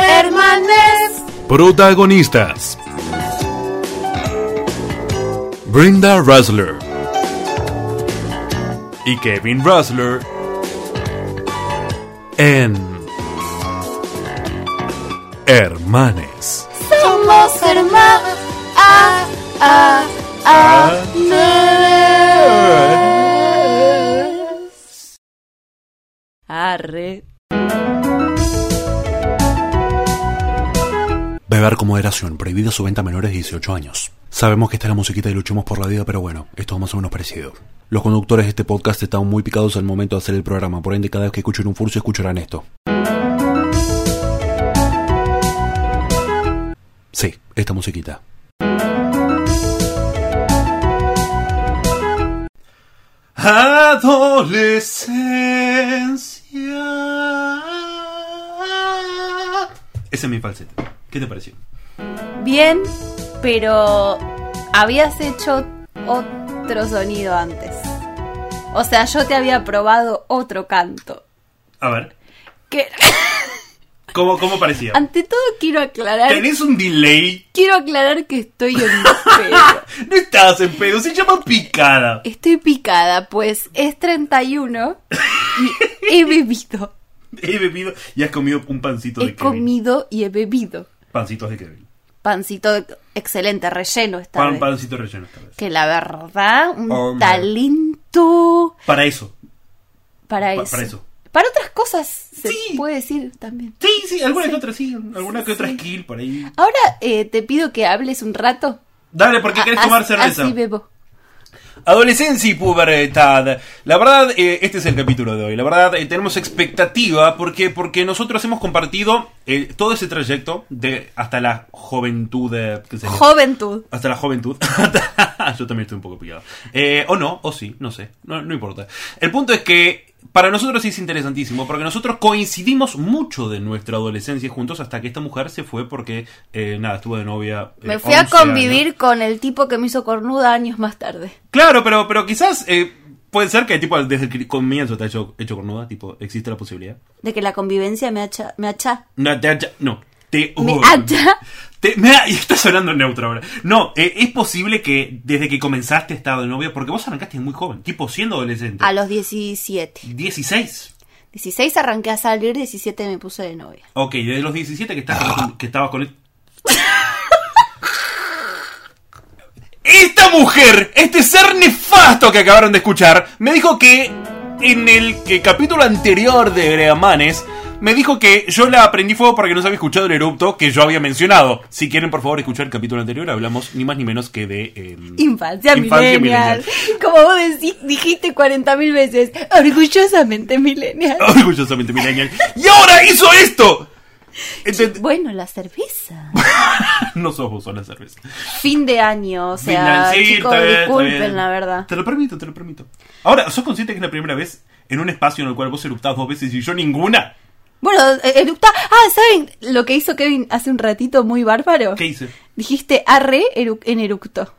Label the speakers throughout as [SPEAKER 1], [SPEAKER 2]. [SPEAKER 1] Hermanes.
[SPEAKER 2] Protagonistas. Brenda Russler y Kevin Russler en Hermanes.
[SPEAKER 1] Somos hermanos. Ah, ah, ah,
[SPEAKER 3] Arre.
[SPEAKER 4] Beber con moderación, prohibido su venta a menores de 18 años. Sabemos que esta es la musiquita y luchemos por la vida, pero bueno, esto es más o menos parecido. Los conductores de este podcast están muy picados al momento de hacer el programa, por ende cada vez que escuchen un furcio escucharán esto. Sí, esta musiquita.
[SPEAKER 2] Adolescencia. Ese es mi falsete. ¿Qué te pareció?
[SPEAKER 3] Bien, pero habías hecho otro sonido antes. O sea, yo te había probado otro canto.
[SPEAKER 2] A ver,
[SPEAKER 3] Que
[SPEAKER 2] ¿cómo, cómo parecía?
[SPEAKER 3] ante todo quiero aclarar,
[SPEAKER 2] Tenés un delay.
[SPEAKER 3] quiero aclarar que estoy en pedo.
[SPEAKER 2] No estás en pedo, se llama picada.
[SPEAKER 3] Estoy picada, pues es 31 y he bebido.
[SPEAKER 2] He bebido y has comido un pancito de
[SPEAKER 3] He
[SPEAKER 2] Kevin.
[SPEAKER 3] comido y he bebido.
[SPEAKER 2] Pancitos de Kevin.
[SPEAKER 3] Pancito excelente, relleno esta
[SPEAKER 2] Pan,
[SPEAKER 3] vez.
[SPEAKER 2] pancito relleno esta vez.
[SPEAKER 3] Que la verdad, un
[SPEAKER 2] Oh, man.
[SPEAKER 3] talento
[SPEAKER 2] Para eso.
[SPEAKER 3] para
[SPEAKER 2] Pa-
[SPEAKER 3] eso.
[SPEAKER 2] para eso.
[SPEAKER 3] Para otras cosas se
[SPEAKER 2] Sí.
[SPEAKER 3] puede decir también.
[SPEAKER 2] Sí, sí, alguna que otra, sí. Alguna que otra skill por ahí.
[SPEAKER 3] Ahora eh, te pido que hables un rato.
[SPEAKER 2] Dale, porque
[SPEAKER 3] A-
[SPEAKER 2] querés tomar
[SPEAKER 3] as-
[SPEAKER 2] cerveza.
[SPEAKER 3] Ah, Así bebo.
[SPEAKER 2] Adolescencia y pubertad. La verdad, eh, este es el capítulo de hoy. La verdad, eh, tenemos expectativa porque, porque nosotros hemos compartido eh, todo ese trayecto de hasta la juventud. eh, ¿qué sería?
[SPEAKER 3] Juventud.
[SPEAKER 2] hasta la juventud. Yo también estoy un poco pillado. Eh, o no, o sí, no sé. No, no importa. El punto es que para nosotros sí es interesantísimo porque nosotros coincidimos mucho de nuestra adolescencia juntos hasta que esta mujer se fue porque, eh, nada, estuvo de novia. eh,
[SPEAKER 3] Me fui a
[SPEAKER 2] 11 años.
[SPEAKER 3] convivir con el tipo que me hizo cornuda años más tarde.
[SPEAKER 2] Claro, pero, pero quizás eh, puede ser que tipo desde el comienzo te ha hecho, hecho cornuda, tipo, existe la posibilidad.
[SPEAKER 3] De que la convivencia me hacha. Me hacha.
[SPEAKER 2] No, te hacha- no. Te,
[SPEAKER 3] Me
[SPEAKER 2] uh,
[SPEAKER 3] hacha.
[SPEAKER 2] te- me ha- y está sonando neutro ahora. No, eh, es posible que desde que comenzaste a estar de novia, porque vos arrancaste muy joven, tipo siendo adolescente.
[SPEAKER 3] A los 17.
[SPEAKER 2] 16.
[SPEAKER 3] 16 arranqué a salir, 17 me puse de novia.
[SPEAKER 2] Ok, desde los 17 que, estás con- que estabas con... el- Esta mujer, este ser nefasto que acabaron de escuchar, me dijo que en el que- capítulo anterior de Greamanes, me dijo que yo la aprendí fuego porque no se había escuchado el erupto que yo había mencionado. Si quieren, por favor, escuchar el capítulo anterior, hablamos ni más ni menos que de... eh,
[SPEAKER 3] Infancia, millennial. Como vos decí- dijiste 40.000 veces. Orgullosamente millennial.
[SPEAKER 2] Orgullosamente millennial. ¡Y ahora hizo esto! Entend-
[SPEAKER 3] Bueno, la cerveza.
[SPEAKER 2] No sos vos sola cerveza.
[SPEAKER 3] Fin de año, o sea,
[SPEAKER 2] Finlan- sí,
[SPEAKER 3] chicos,
[SPEAKER 2] está bien, está
[SPEAKER 3] disculpen
[SPEAKER 2] bien.
[SPEAKER 3] la verdad.
[SPEAKER 2] Te lo permito, te lo permito. Ahora, ¿sos consciente que es la primera vez en un espacio en el cual vos eruptás dos veces y yo ninguna?
[SPEAKER 3] Bueno, eh, eructa. Ah, ¿saben lo que hizo Kevin hace un ratito muy bárbaro?
[SPEAKER 2] ¿Qué hice?
[SPEAKER 3] Dijiste arre eru- en eructo.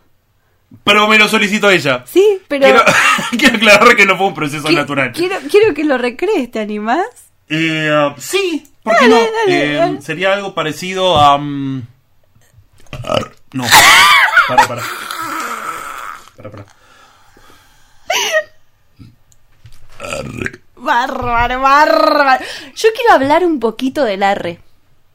[SPEAKER 2] Pero me lo solicitó ella.
[SPEAKER 3] Sí, pero.
[SPEAKER 2] Quiero, quiero aclarar que no fue un proceso
[SPEAKER 3] qui-
[SPEAKER 2] natural.
[SPEAKER 3] Quiero, quiero que lo recrees, ¿te animás?
[SPEAKER 2] Eh, uh, sí, ¿por qué
[SPEAKER 3] Dale,
[SPEAKER 2] no?
[SPEAKER 3] dale,
[SPEAKER 2] Eh,
[SPEAKER 3] dale.
[SPEAKER 2] Sería algo parecido a... mm, No. Para, para. Para, para.
[SPEAKER 3] Bárbaro, bárbaro. Yo quiero hablar un poquito del arre.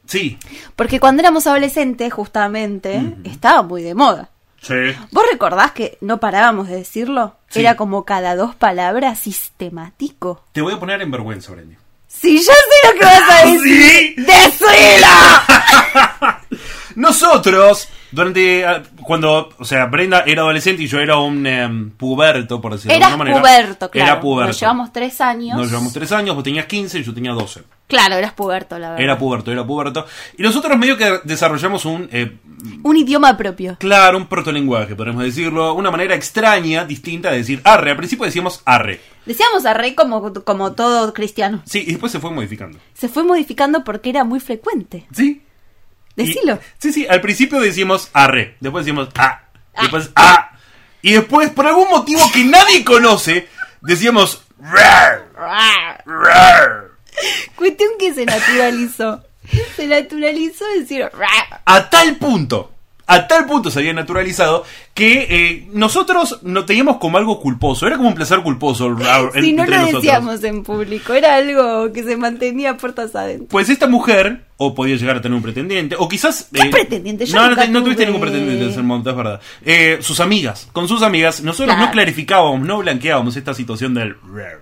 [SPEAKER 2] Sí.
[SPEAKER 3] Porque cuando éramos adolescentes, justamente, estaba muy de moda.
[SPEAKER 2] Sí.
[SPEAKER 3] ¿Vos recordás que no parábamos de decirlo?
[SPEAKER 2] Sí.
[SPEAKER 3] Era como cada dos palabras sistemático.
[SPEAKER 2] Te voy a poner en vergüenza, Brandy.
[SPEAKER 3] Sí, yo sé lo que vas a decir.
[SPEAKER 2] ¿Sí?
[SPEAKER 3] ¡Decilo!
[SPEAKER 2] Nosotros, durante. ah, Cuando. O sea, Brenda era adolescente y yo era un em, puberto, por decirlo de
[SPEAKER 3] Eras
[SPEAKER 2] alguna manera.
[SPEAKER 3] puberto, claro.
[SPEAKER 2] Era puberto.
[SPEAKER 3] Nos llevamos tres años.
[SPEAKER 2] Nos llevamos tres años, vos tenías 15 y yo tenía 12.
[SPEAKER 3] Claro, eras puberto, la verdad.
[SPEAKER 2] Era puberto, era puberto. Y nosotros medio que desarrollamos un. eh,
[SPEAKER 3] Un idioma propio.
[SPEAKER 2] claro, un protolenguaje, podemos decirlo. Una manera extraña, distinta de decir arre. Al principio decíamos arre.
[SPEAKER 3] Decíamos a Rey como, como todo cristiano.
[SPEAKER 2] Sí, y después se fue modificando.
[SPEAKER 3] Se fue modificando porque era muy frecuente.
[SPEAKER 2] Sí. Y-
[SPEAKER 3] Decilo.
[SPEAKER 2] sí, sí, al principio decíamos arre, después decíamos ah, después ah, y después, por algún motivo que nadie conoce, decíamos rar, rar.
[SPEAKER 3] Cuestión que se naturalizó. Se naturalizó decir. "Ra".
[SPEAKER 2] A tal punto, a tal punto se había naturalizado que eh, nosotros no teníamos como algo culposo. Era como un placer culposo. ra-
[SPEAKER 3] Si no
[SPEAKER 2] entre
[SPEAKER 3] lo
[SPEAKER 2] nosotros.
[SPEAKER 3] decíamos en público, era algo que se mantenía puertas adentro.
[SPEAKER 2] Pues esta mujer, o podía llegar a tener un pretendiente, o quizás. eh,
[SPEAKER 3] ¿Qué pretendiente? Yo
[SPEAKER 2] no, no,
[SPEAKER 3] nunca
[SPEAKER 2] te- no tuviste
[SPEAKER 3] tuve.
[SPEAKER 2] ningún pretendiente en ese momento, es verdad. Eh, sus amigas, con sus amigas, nosotros
[SPEAKER 3] Claro.
[SPEAKER 2] no clarificábamos, no blanqueábamos esta situación del. rar.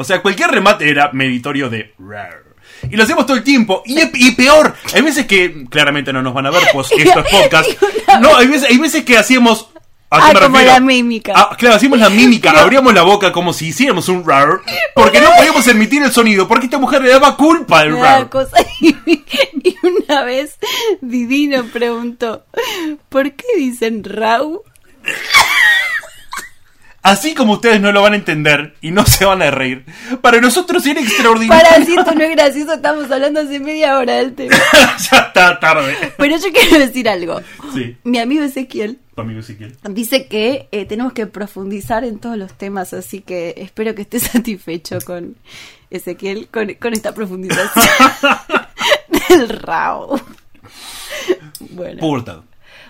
[SPEAKER 2] O sea, cualquier remate era meritorio de. rar. Y lo hacíamos todo el tiempo. Y, es- y peor, hay veces que claramente no nos van a ver, pues esto es podcast. No, hay veces, hay veces que hacíamos. ¿a qué
[SPEAKER 3] Ah,
[SPEAKER 2] me
[SPEAKER 3] como
[SPEAKER 2] refiero?
[SPEAKER 3] la mímica.
[SPEAKER 2] Ah, claro, hacíamos la mímica, abríamos la boca como si hiciéramos un rar, porque no podíamos emitir el sonido, porque esta mujer le daba culpa al
[SPEAKER 3] Me da
[SPEAKER 2] rar.
[SPEAKER 3] cosa. Y, y una vez Didino preguntó: ¿Por qué dicen Rau?
[SPEAKER 2] Así como ustedes no lo van a entender y no se van a reír, para nosotros era extraordinario.
[SPEAKER 3] Para si esto no es gracioso, estamos hablando hace media hora del tema.
[SPEAKER 2] ya está tarde.
[SPEAKER 3] Pero yo quiero decir algo.
[SPEAKER 2] Sí,
[SPEAKER 3] Mi amigo Ezequiel
[SPEAKER 2] tu amigo Ezequiel.
[SPEAKER 3] dice que eh, tenemos que profundizar en todos los temas, así que espero que estés satisfecho con Ezequiel, con, con esta profundización del rao. Bueno,
[SPEAKER 2] Pubertad.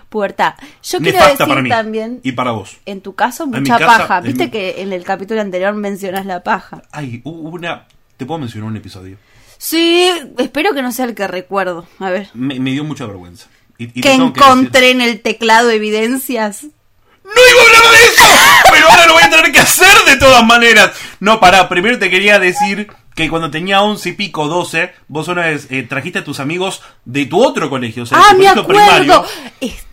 [SPEAKER 3] puerta. Yo quiero
[SPEAKER 2] Nefasta
[SPEAKER 3] decir
[SPEAKER 2] para mí.
[SPEAKER 3] también,
[SPEAKER 2] Y para vos.
[SPEAKER 3] en tu caso,
[SPEAKER 2] mi
[SPEAKER 3] mucha
[SPEAKER 2] casa,
[SPEAKER 3] paja.
[SPEAKER 2] en
[SPEAKER 3] Viste
[SPEAKER 2] mi-
[SPEAKER 3] que en el capítulo anterior mencionas la paja.
[SPEAKER 2] Ay, hubo una. Te puedo mencionar un episodio.
[SPEAKER 3] Sí, espero que no sea el que recuerdo. A ver.
[SPEAKER 2] Me, me dio mucha vergüenza. Y- y te
[SPEAKER 3] Que
[SPEAKER 2] tengo
[SPEAKER 3] encontré en el teclado evidencias.
[SPEAKER 2] ¡No iba a hablar de eso! Pero ahora lo voy a tener que hacer de todas maneras. No, pará, primero te quería decir que cuando tenía 11 y pico, 12, vos una vez eh, trajiste a tus amigos de tu otro colegio, o sea, de
[SPEAKER 3] ah,
[SPEAKER 2] tu
[SPEAKER 3] me
[SPEAKER 2] colegio
[SPEAKER 3] acuerdo.
[SPEAKER 2] primario.
[SPEAKER 3] Este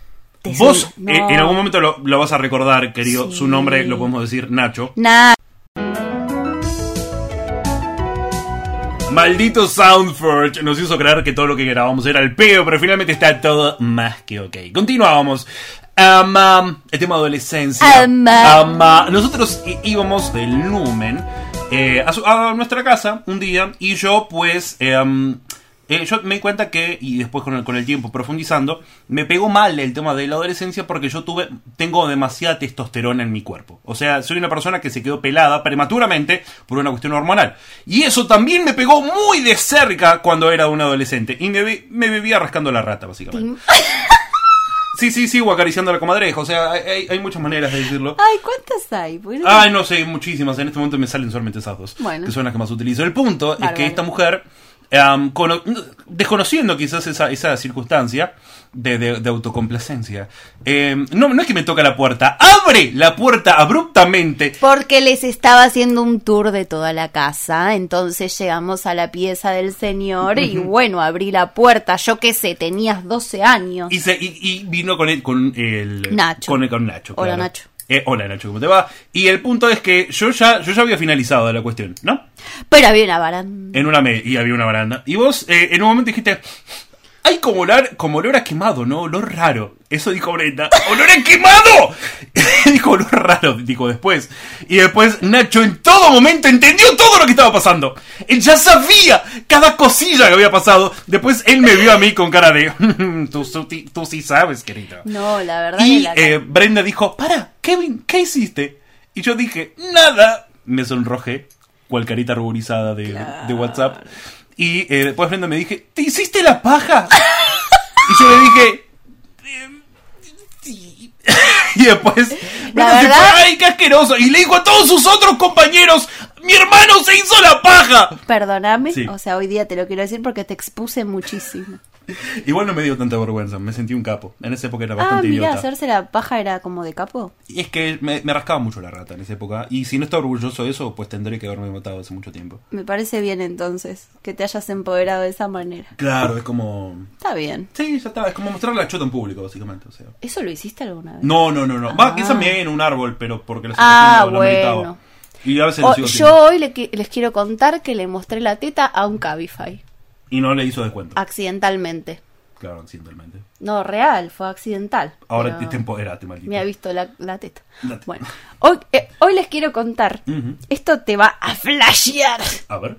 [SPEAKER 3] es
[SPEAKER 2] Vos
[SPEAKER 3] un-
[SPEAKER 2] eh,
[SPEAKER 3] no.
[SPEAKER 2] en algún momento lo, lo vas a recordar, querido.
[SPEAKER 3] Sí.
[SPEAKER 2] Su nombre lo podemos decir Nacho.
[SPEAKER 3] Nah,
[SPEAKER 2] Maldito Soundforge nos hizo creer que todo lo que grabamos era el pedo, pero finalmente está todo más que ok. Continuamos. Am, am, el tema adolescencia.
[SPEAKER 3] Am, am.
[SPEAKER 2] Am, am. nosotros i- íbamos del Lumen eh, a, su- a nuestra casa un día y yo pues... em, eh, yo me di cuenta que, y después con el, con el tiempo profundizando, me pegó mal el tema de la adolescencia porque yo tuve, tengo demasiada testosterona en mi cuerpo. O sea, soy una persona que se quedó pelada prematuramente por una cuestión hormonal. Y eso también me pegó muy de cerca cuando era un adolescente. Y me, vi- me vivía rascando la rata, básicamente. Sí, sí, sí, o acariciando la comadreja. O sea, hay- hay, hay muchas maneras de decirlo.
[SPEAKER 3] ay, ¿cuántas hay? Pues boludo?
[SPEAKER 2] Ay, no sé, muchísimas. En este momento me salen solamente esas dos.
[SPEAKER 3] Bueno.
[SPEAKER 2] Que son las que más utilizo. El punto es
[SPEAKER 3] Bárbaro.
[SPEAKER 2] que esta mujer, em, cono- desconociendo quizás esa, esa circunstancia de, de- de autocomplacencia, em, no, no es que me toca la puerta, abre la puerta abruptamente.
[SPEAKER 3] Porque les estaba haciendo un tour de toda la casa, entonces llegamos a la pieza del señor y bueno, abrí la puerta, yo qué sé, tenías 12 años.
[SPEAKER 2] Y, se, y, y vino con el, con el
[SPEAKER 3] Nacho.
[SPEAKER 2] Con, el- con Nacho
[SPEAKER 3] Hola,
[SPEAKER 2] claro.
[SPEAKER 3] Nacho.
[SPEAKER 2] Eh, hola Nacho, ¿cómo te va? Y el punto es que yo ya, yo ya había finalizado la cuestión, ¿no?
[SPEAKER 3] Pero había una baranda.
[SPEAKER 2] En una me- y había una baranda. Y vos eh, en un momento dijiste, hay como olor, como olor a quemado, ¿no? Olor raro. Eso dijo Brenda. ¡Olor a quemado! dijo olor raro, dijo después. Y después Nacho en todo momento entendió todo lo que estaba pasando. Él ya sabía cada cosilla que había pasado. Después él me vio a mí con cara de, tú, sí- tú sí sabes, querido.
[SPEAKER 3] No, la verdad que
[SPEAKER 2] Y
[SPEAKER 3] la-
[SPEAKER 2] eh, Brenda dijo, para, Kevin, ¿qué hiciste? Y yo dije, nada. Me sonrojé, cual carita ruborizada de, de WhatsApp. Y eh, después Brenda me dije, ¿te hiciste la paja? y yo le dije, "Em, sí". y después Brenda se fue,
[SPEAKER 3] verdad-
[SPEAKER 2] ¡ay, qué asqueroso! Y le dijo a todos sus otros compañeros, ¡mi hermano se hizo la paja!
[SPEAKER 3] Perdóname,
[SPEAKER 2] Sí.
[SPEAKER 3] o sea, hoy día te lo quiero decir porque te expuse muchísimo.
[SPEAKER 2] Igual no me dio tanta vergüenza, me sentí un capo. En esa época era
[SPEAKER 3] Ah,
[SPEAKER 2] bastante
[SPEAKER 3] mira,
[SPEAKER 2] idiota.
[SPEAKER 3] hacerse la paja era como de capo.
[SPEAKER 2] Y es que me, me rascaba mucho la rata en esa época. Y si no estoy orgulloso de eso, pues tendré que haberme matado hace mucho tiempo.
[SPEAKER 3] Me parece bien entonces que te hayas empoderado de esa manera.
[SPEAKER 2] Claro, es como.
[SPEAKER 3] Está bien.
[SPEAKER 2] Sí, ya está. Es como mostrar la chota en público, básicamente. O sea.
[SPEAKER 3] ¿Eso lo hiciste alguna vez?
[SPEAKER 2] No, no, no, no. Va,
[SPEAKER 3] Ah.
[SPEAKER 2] quizás me en un árbol, pero porque la
[SPEAKER 3] Ah,
[SPEAKER 2] situación ameritaba.
[SPEAKER 3] bueno.
[SPEAKER 2] Y a veces lo
[SPEAKER 3] O-
[SPEAKER 2] sigo
[SPEAKER 3] Oh, yo
[SPEAKER 2] haciendo.
[SPEAKER 3] hoy le qui- les quiero contar que le mostré la teta a un Cabify,
[SPEAKER 2] Y no le hizo
[SPEAKER 3] Ah.
[SPEAKER 2] descuento.
[SPEAKER 3] accidentalmente.
[SPEAKER 2] Claro, accidentalmente.
[SPEAKER 3] No, real, fue accidental.
[SPEAKER 2] Ahora
[SPEAKER 3] pero
[SPEAKER 2] te empoderate, maldito.
[SPEAKER 3] Me ha visto la, la teta.
[SPEAKER 2] La teta.
[SPEAKER 3] Bueno, hoy, eh, hoy les quiero contar,
[SPEAKER 2] Ujú.
[SPEAKER 3] esto te va a flashear.
[SPEAKER 2] A ver.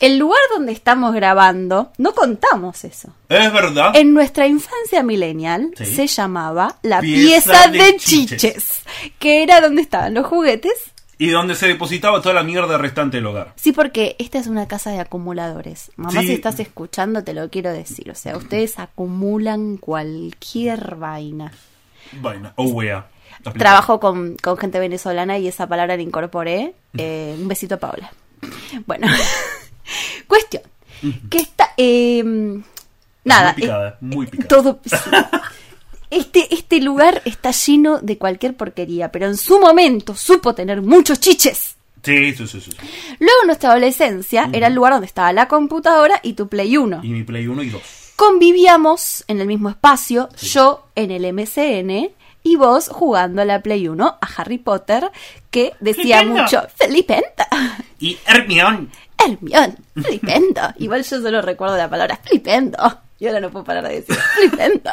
[SPEAKER 3] El lugar donde estamos grabando, no contamos eso.
[SPEAKER 2] Es verdad.
[SPEAKER 3] En nuestra infancia millennial
[SPEAKER 2] Ah. Sí.
[SPEAKER 3] se llamaba la
[SPEAKER 2] Pieza
[SPEAKER 3] pieza,
[SPEAKER 2] de
[SPEAKER 3] de,
[SPEAKER 2] chiches.
[SPEAKER 3] chiches, que era donde estaban los juguetes
[SPEAKER 2] y donde se depositaba toda la mierda restante del hogar.
[SPEAKER 3] Sí, porque esta es una casa de acumuladores. Mamá,
[SPEAKER 2] Sí.
[SPEAKER 3] si estás escuchando, te lo quiero decir. O sea, ustedes acumulan cualquier vaina.
[SPEAKER 2] Vaina, oh wea. La película.
[SPEAKER 3] Trabajo con, con gente venezolana y esa palabra la incorporé.
[SPEAKER 2] Mm.
[SPEAKER 3] Eh, un besito a Paola. Bueno, cuestión. Que está... eh, nada.
[SPEAKER 2] Muy Mm. picada,
[SPEAKER 3] eh,
[SPEAKER 2] muy picada.
[SPEAKER 3] Todo... sí. Este, este lugar está lleno de cualquier porquería, pero en su momento supo tener muchos chiches.
[SPEAKER 2] Sí, sí, sí, sí. sí.
[SPEAKER 3] Luego en nuestra adolescencia era el lugar donde estaba la computadora y tu Play 1.
[SPEAKER 2] Y mi Play 1 y 2.
[SPEAKER 3] Convivíamos en el mismo espacio, yo en el MCN y vos jugando a la Play 1 a Harry Potter, que decía
[SPEAKER 2] Flipendo.
[SPEAKER 3] mucho Felipenta,
[SPEAKER 2] Y Hermione.
[SPEAKER 3] Hermión, Flipendo. Igual yo solo recuerdo la palabra Flipendo. Y ahora no puedo parar de decir Flipendo.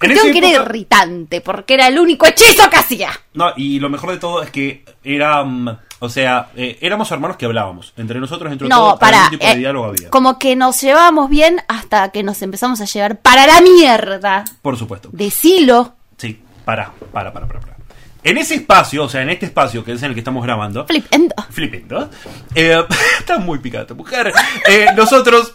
[SPEAKER 2] En
[SPEAKER 3] Cuestión
[SPEAKER 2] esa
[SPEAKER 3] que era
[SPEAKER 2] época-
[SPEAKER 3] irritante porque era el único hechizo que hacía.
[SPEAKER 2] No, y lo mejor de todo es que era. mm, o sea, eh, éramos hermanos que hablábamos. Entre nosotros, entre
[SPEAKER 3] No,
[SPEAKER 2] todos,
[SPEAKER 3] para.
[SPEAKER 2] algún tipo de
[SPEAKER 3] eh,
[SPEAKER 2] diálogo había.
[SPEAKER 3] como que nos llevábamos bien hasta que nos empezamos a llevar para la mierda.
[SPEAKER 2] Por supuesto.
[SPEAKER 3] Decilo.
[SPEAKER 2] Sí, para, para, para, para, para. En ese espacio, o sea, en este espacio que es en el que estamos grabando.
[SPEAKER 3] Flipendo.
[SPEAKER 2] Flipendo. Eh, está muy picada esta mujer. Eh, nosotros.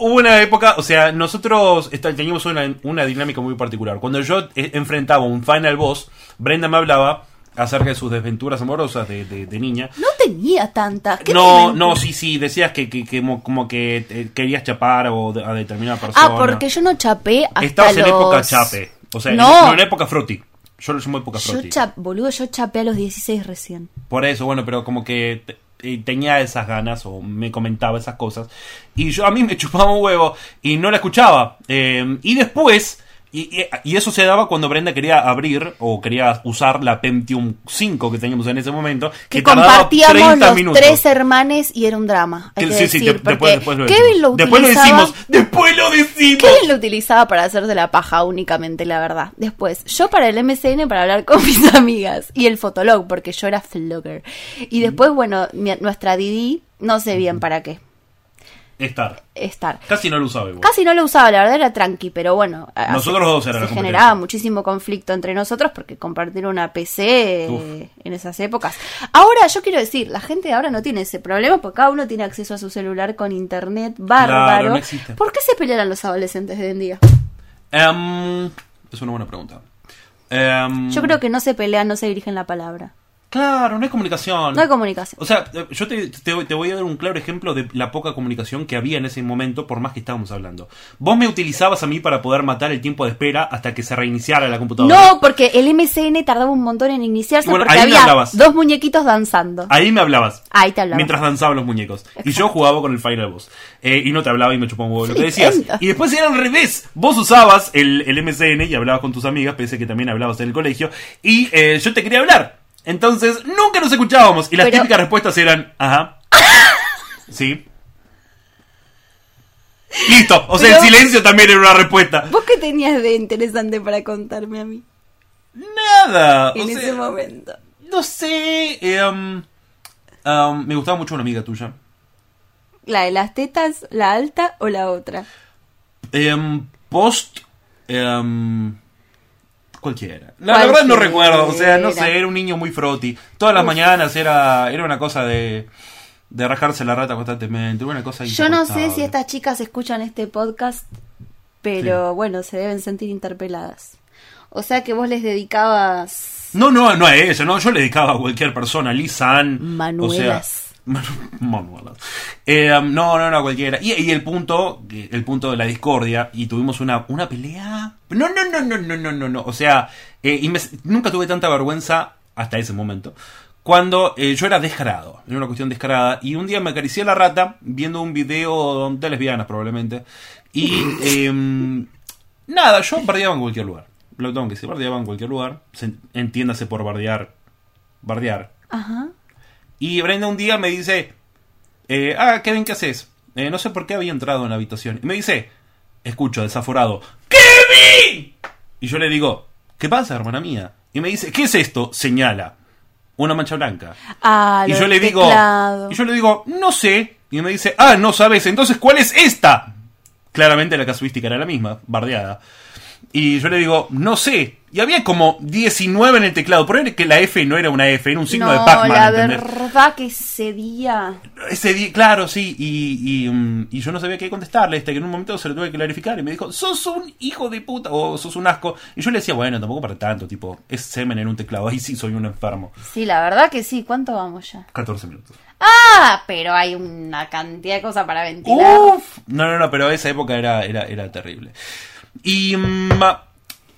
[SPEAKER 2] Hubo una época, o sea, nosotros esta- teníamos una, una dinámica muy particular. Cuando yo eh, enfrentaba un final boss, Brenda me hablaba acerca de sus desventuras amorosas de, de- de niña.
[SPEAKER 3] No tenía tantas. ¿Qué
[SPEAKER 2] No,
[SPEAKER 3] te-
[SPEAKER 2] no, sí, sí, decías que, que- que mo- como que eh, querías chapar o de- a determinada persona.
[SPEAKER 3] Ah, porque yo no chapé hasta
[SPEAKER 2] Estabas en
[SPEAKER 3] los-
[SPEAKER 2] época chape. O sea, en-
[SPEAKER 3] no.
[SPEAKER 2] no, en época froti. Yo lo llamo época
[SPEAKER 3] Yo
[SPEAKER 2] froti.
[SPEAKER 3] chap, boludo, yo chapé a los 16 recién.
[SPEAKER 2] Por eso, bueno, pero como que te- eh, tenía esas ganas o me comentaba esas cosas. Y yo a mí me chupaba un huevo y no la escuchaba. Eh, y después, y, y- y eso se daba cuando Brenda quería abrir o quería usar la Pentium 5 que teníamos en ese momento.
[SPEAKER 3] Que,
[SPEAKER 2] tardaba
[SPEAKER 3] compartíamos
[SPEAKER 2] 30
[SPEAKER 3] los
[SPEAKER 2] minutos.
[SPEAKER 3] tres hermanes y era un drama. Hay
[SPEAKER 2] Que-
[SPEAKER 3] que
[SPEAKER 2] sí, sí,
[SPEAKER 3] decir,
[SPEAKER 2] de-
[SPEAKER 3] porque
[SPEAKER 2] después, después lo
[SPEAKER 3] Kevin lo
[SPEAKER 2] decimos. Después lo
[SPEAKER 3] utilizaba-
[SPEAKER 2] decimos. Después lo decimos.
[SPEAKER 3] Kevin lo utilizaba para hacerse la paja únicamente, la verdad. Después, yo para el MCN para hablar con mis amigas y el fotolog, porque yo era flogger. Y después, bueno, mi- nuestra Didi, no sé bien para qué
[SPEAKER 2] Estar.
[SPEAKER 3] estar.
[SPEAKER 2] Casi no lo usaba igual.
[SPEAKER 3] Casi no lo usaba, la verdad era tranqui, pero bueno. a-
[SPEAKER 2] Nosotros los dos era la
[SPEAKER 3] Se
[SPEAKER 2] competencia.
[SPEAKER 3] generaba muchísimo conflicto entre nosotros porque compartir una PC eh, en esas épocas. Ahora, yo quiero decir, la gente ahora no tiene ese problema porque cada uno tiene acceso a su celular con internet bárbaro.
[SPEAKER 2] no existe.
[SPEAKER 3] ¿Por qué se pelean los adolescentes de hoy en día?
[SPEAKER 2] Em, es una buena pregunta. Em,
[SPEAKER 3] Yo creo que no se pelean, no se dirigen la palabra.
[SPEAKER 2] Claro, no hay comunicación.
[SPEAKER 3] No hay comunicación.
[SPEAKER 2] O sea, eh, yo te, te- te voy a dar un claro ejemplo de la poca comunicación que había en ese momento, por más que estábamos hablando. Vos me utilizabas a mí para poder matar el tiempo de espera hasta que se reiniciara la computadora.
[SPEAKER 3] No, porque el MCN tardaba un montón en iniciarse
[SPEAKER 2] Bueno,
[SPEAKER 3] porque
[SPEAKER 2] ahí me
[SPEAKER 3] había
[SPEAKER 2] hablabas.
[SPEAKER 3] dos muñequitos danzando.
[SPEAKER 2] Ahí me hablabas.
[SPEAKER 3] Ahí te hablabas.
[SPEAKER 2] Mientras danzaban los muñecos. Y yo jugaba con el Fireboss. Eh, y no te hablaba y me chupaba un huevo lo que
[SPEAKER 3] Flipendo.
[SPEAKER 2] decías. Y después era al revés. Vos usabas el, el MCN y hablabas con tus amigas, pese a que también hablabas en el colegio. Y eh, yo te quería hablar. Entonces nunca nos escuchábamos. Y las
[SPEAKER 3] Pero-
[SPEAKER 2] típicas respuestas eran: Ajá. sí. Listo. O sea,
[SPEAKER 3] Pero-
[SPEAKER 2] el silencio también era una respuesta.
[SPEAKER 3] ¿Vos qué tenías de interesante para contarme a mí
[SPEAKER 2] Nada. o
[SPEAKER 3] en
[SPEAKER 2] sea,
[SPEAKER 3] ese momento?
[SPEAKER 2] No sé. eh, um, um, me gustaba mucho una amiga tuya.
[SPEAKER 3] ¿La de las tetas, la alta o la otra?
[SPEAKER 2] Em, post. em, cualquiera. La, la
[SPEAKER 3] Cualquiera.
[SPEAKER 2] verdad no recuerdo. O sea, no sé, era un niño muy froti. Todas las mañanas era, era una cosa de. De rajarse la rata constantemente, una cosa
[SPEAKER 3] Yo no sé
[SPEAKER 2] insoportable.
[SPEAKER 3] si estas chicas escuchan este podcast, pero bueno, se deben sentir interpeladas. O sea que vos les dedicabas...
[SPEAKER 2] No, no, no a ella, no, yo le dedicaba a cualquier persona, Lisan.
[SPEAKER 3] Manuelas.
[SPEAKER 2] O sea, Manu- Manuelas. Eh, um, no, no, no, cualquiera. Y, y el punto, eh, el punto de la discordia, y tuvimos una, una pelea. No, no, no, no, no, no, no, no. O sea, eh, y me- nunca tuve tanta vergüenza hasta ese momento. Cuando eh, yo era descarado, era una cuestión descarada, y un día me acaricié la rata viendo un video de lesbianas probablemente. Y em, Nada, yo bardeaba en cualquier lugar. Lo tengo que decir, bardeaba en cualquier lugar. Se- Entiéndase por bardear. Bardear.
[SPEAKER 3] Ajá.
[SPEAKER 2] Y Brenda un día me dice, eh, ah, Kevin, ¿qué haces? Eh, no sé por qué había entrado en la habitación. Y me dice, escucho, desaforado, ¡Kevin! Y yo le digo, ¿qué pasa, hermana mía? Y me dice, ¿qué es esto? Señala. Una mancha blanca.
[SPEAKER 3] Ah,
[SPEAKER 2] Y
[SPEAKER 3] lo
[SPEAKER 2] yo
[SPEAKER 3] del
[SPEAKER 2] le digo,
[SPEAKER 3] teclado.
[SPEAKER 2] y yo le digo, no sé. Y me dice, ah, no sabes, entonces, ¿cuál es esta? Claramente la casuística era la misma, bardeada. Y yo le digo, no sé. Y había como 19 en el teclado. Por ahí que la F no era una F, era un signo
[SPEAKER 3] no,
[SPEAKER 2] de Pac-Man.
[SPEAKER 3] la
[SPEAKER 2] ¿entendés?
[SPEAKER 3] verdad que ese día.
[SPEAKER 2] Ese día, claro, sí, y, y, mm, y yo no sabía qué contestarle, hasta que en un momento se lo tuve que clarificar y me dijo, sos un hijo de puta o sos un asco. Y yo le decía, bueno, tampoco para tanto, tipo, es semen en un teclado, ahí sí soy un enfermo.
[SPEAKER 3] Sí, la verdad que sí. ¿Cuánto vamos ya?
[SPEAKER 2] 14 minutos.
[SPEAKER 3] Ah, pero hay una cantidad de cosas para ventilar.
[SPEAKER 2] Uf. No, no, no, pero esa época era, era, era terrible. Y mm, ma-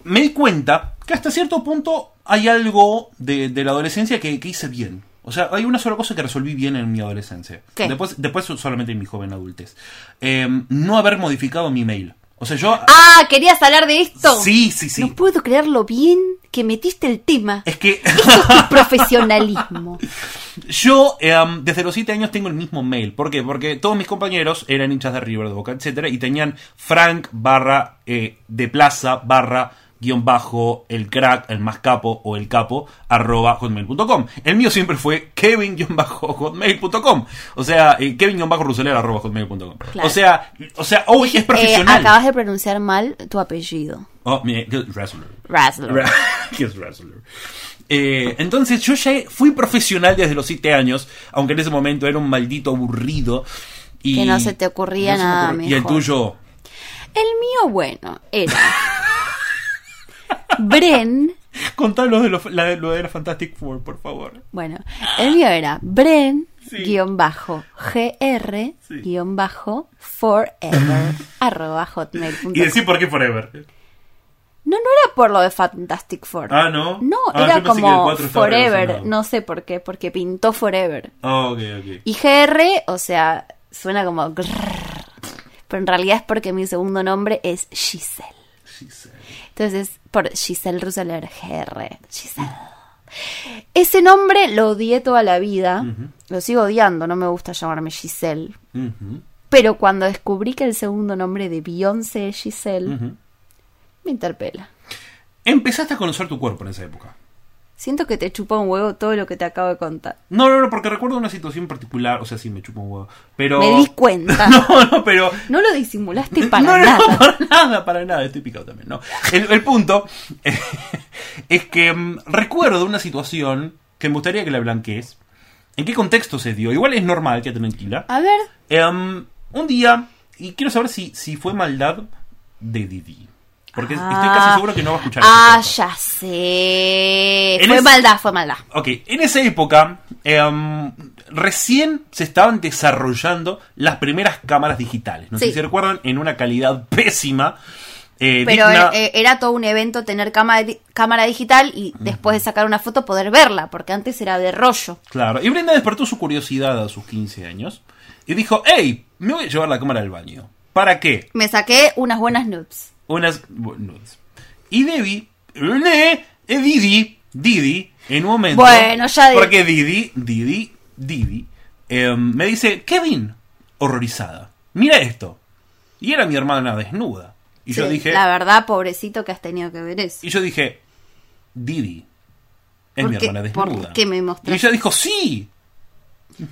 [SPEAKER 2] me di cuenta que hasta cierto punto hay algo de, de la adolescencia que, que hice bien. O sea, hay una sola cosa que resolví bien en mi adolescencia.
[SPEAKER 3] ¿Qué?
[SPEAKER 2] Después, después solamente en mi joven adultez. Eh, no haber modificado mi mail. O sea, yo...
[SPEAKER 3] Ah, querías hablar de esto.
[SPEAKER 2] Sí, sí, sí.
[SPEAKER 3] No puedo creer lo bien que metiste el tema.
[SPEAKER 2] Es que
[SPEAKER 3] Esto es tu profesionalismo.
[SPEAKER 2] yo em, desde los 7 años tengo el mismo mail. ¿Por qué? Porque todos mis compañeros eran hinchas de River, de Boca, etcétera, y tenían Frank barra eh, de plaza barra guión bajo el crack, el más capo o el capo arroba hotmail.com. El mío siempre fue Kevin guión bajo hotmail.com. O sea, eh, Kevin guión bajo ruselera arroba hotmail.com.
[SPEAKER 3] Claro.
[SPEAKER 2] O sea, o sea, hoy es
[SPEAKER 3] Eh,
[SPEAKER 2] profesional.
[SPEAKER 3] acabas de pronunciar mal tu apellido.
[SPEAKER 2] Oh, mire, qué wrestler.
[SPEAKER 3] Razzler.
[SPEAKER 2] Ra- que es wrestler. Eh, entonces yo ya fui profesional desde los 7 años, aunque en ese momento era un maldito aburrido. Y
[SPEAKER 3] Que no se te ocurría
[SPEAKER 2] se me
[SPEAKER 3] nada
[SPEAKER 2] Y el
[SPEAKER 3] mejor.
[SPEAKER 2] tuyo,
[SPEAKER 3] El mío, bueno, era. Bren.
[SPEAKER 2] contanos de lo, la de- lo de la Fantastic Four, por favor.
[SPEAKER 3] Bueno, el mío era Bren.
[SPEAKER 2] Sí.
[SPEAKER 3] Guión bajo GR
[SPEAKER 2] Sí.
[SPEAKER 3] guión bajo forever arroba hotmail.com.
[SPEAKER 2] Y decir por qué Forever.
[SPEAKER 3] No, no era por lo de Fantastic Four.
[SPEAKER 2] Ah, ¿no?
[SPEAKER 3] No,
[SPEAKER 2] Ah, yo
[SPEAKER 3] era
[SPEAKER 2] pensé que el
[SPEAKER 3] como
[SPEAKER 2] cuatro estaba
[SPEAKER 3] Forever.
[SPEAKER 2] relacionado.
[SPEAKER 3] No sé por qué, porque pintó Forever.
[SPEAKER 2] Ah, ok, ok.
[SPEAKER 3] Y GR, o sea, suena como. grrr, pero en realidad es porque mi segundo nombre es Giselle.
[SPEAKER 2] Giselle.
[SPEAKER 3] Entonces, por Giselle Rousseler, GR. Giselle. Ese nombre lo odié toda la vida. Lo sigo odiando, no me gusta llamarme Giselle.
[SPEAKER 2] Ujú,
[SPEAKER 3] Pero cuando descubrí que el segundo nombre de Beyoncé es Giselle,
[SPEAKER 2] ujú.
[SPEAKER 3] me interpela.
[SPEAKER 2] Empezaste a conocer tu cuerpo en esa época.
[SPEAKER 3] Siento que te chupa un huevo todo lo que te acabo de contar.
[SPEAKER 2] No, no, no, porque recuerdo una situación particular, o sea, sí me chupo un huevo, pero...
[SPEAKER 3] Me di cuenta.
[SPEAKER 2] No, no, pero
[SPEAKER 3] No lo disimulaste para
[SPEAKER 2] no,
[SPEAKER 3] nada.
[SPEAKER 2] No, para nada, para nada. Estoy picado también, ¿no? El, el punto es que mm, recuerdo una situación que me gustaría que la blanquees. ¿En qué contexto se dio? Igual es normal, que tranquila.
[SPEAKER 3] A ver,
[SPEAKER 2] Em, un día, y quiero saber si, si fue maldad de Didi. Porque estoy casi
[SPEAKER 3] Ah.
[SPEAKER 2] seguro que no va a escuchar.
[SPEAKER 3] Ah,
[SPEAKER 2] este podcast.
[SPEAKER 3] ya sé.
[SPEAKER 2] En
[SPEAKER 3] Fue
[SPEAKER 2] es-
[SPEAKER 3] maldad, fue maldad.
[SPEAKER 2] Ok, en esa época em, recién se estaban desarrollando las primeras cámaras digitales. No sé
[SPEAKER 3] Sí.
[SPEAKER 2] si recuerdan, en una calidad pésima. eh,
[SPEAKER 3] Pero
[SPEAKER 2] digna-
[SPEAKER 3] eh, era todo un evento tener cámara, di- cámara digital y después de sacar una foto poder verla, porque antes era de rollo.
[SPEAKER 2] Claro, y Brenda despertó su curiosidad a sus 15 años y dijo, hey, me voy a llevar la cámara al baño. ¿Para qué?
[SPEAKER 3] Me saqué unas buenas nudes.
[SPEAKER 2] Unas bueno, nudes. Y Debbie, eh, eh, Didi, Didi, en un momento...
[SPEAKER 3] Bueno, ya di-
[SPEAKER 2] Porque Didi, Didi, Didi, em, me dice, Kevin, horrorizada, mira esto. Y era mi hermana desnuda. Y yo
[SPEAKER 3] Sí,
[SPEAKER 2] dije,
[SPEAKER 3] La verdad, pobrecito que has tenido que ver eso.
[SPEAKER 2] y yo dije, Didi, es
[SPEAKER 3] ¿Por
[SPEAKER 2] mi
[SPEAKER 3] qué-
[SPEAKER 2] hermana
[SPEAKER 3] por
[SPEAKER 2] desnuda.
[SPEAKER 3] qué me mostraste?
[SPEAKER 2] Y ella dijo, sí,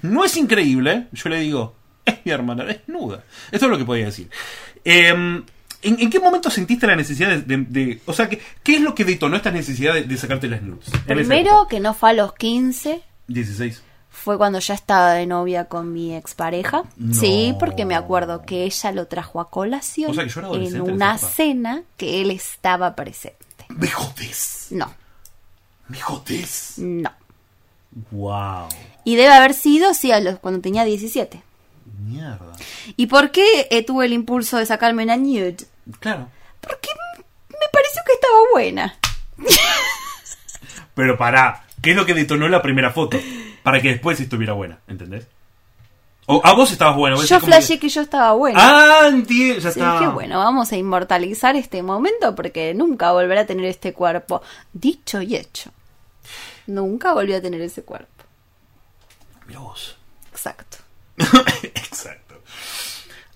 [SPEAKER 2] no es increíble. Yo le digo, es mi hermana desnuda. Esto es lo que podía decir. Eh, ¿en, en qué momento sentiste la necesidad de... de- de- o sea, ¿qué, qué es lo que detonó esta necesidad de, de sacarte las nudes? En esa
[SPEAKER 3] Primero,
[SPEAKER 2] época.
[SPEAKER 3] que no fue a los 15,
[SPEAKER 2] 16.
[SPEAKER 3] fue cuando ya estaba de novia con mi expareja.
[SPEAKER 2] No.
[SPEAKER 3] Sí, porque me acuerdo que ella lo trajo a colación
[SPEAKER 2] O sea, que yo era
[SPEAKER 3] en
[SPEAKER 2] adolescente en
[SPEAKER 3] una
[SPEAKER 2] esa época.
[SPEAKER 3] cena que él estaba presente.
[SPEAKER 2] Me jodés.
[SPEAKER 3] No,
[SPEAKER 2] Me jodés.
[SPEAKER 3] no.
[SPEAKER 2] Wow.
[SPEAKER 3] Y debe haber sido, sí, a los, cuando tenía 17.
[SPEAKER 2] Mierda.
[SPEAKER 3] ¿Y por qué eh, tuve el impulso de sacarme una nude?
[SPEAKER 2] Claro.
[SPEAKER 3] Porque m- me pareció que estaba buena.
[SPEAKER 2] Ah, Pero pará, ¿qué es lo que detonó la primera foto? Para que después estuviera buena, ¿entendés? O a vos estabas buena. vos
[SPEAKER 3] Yo
[SPEAKER 2] decís como que-
[SPEAKER 3] flashé que yo estaba buena.
[SPEAKER 2] Ah, entiendo, ya
[SPEAKER 3] Sí,
[SPEAKER 2] está.
[SPEAKER 3] dije, bueno, vamos a inmortalizar este momento porque nunca volverá a tener este cuerpo. Dicho y hecho. Nunca volví a tener ese cuerpo.
[SPEAKER 2] Mirá vos.
[SPEAKER 3] Exacto.
[SPEAKER 2] Exacto.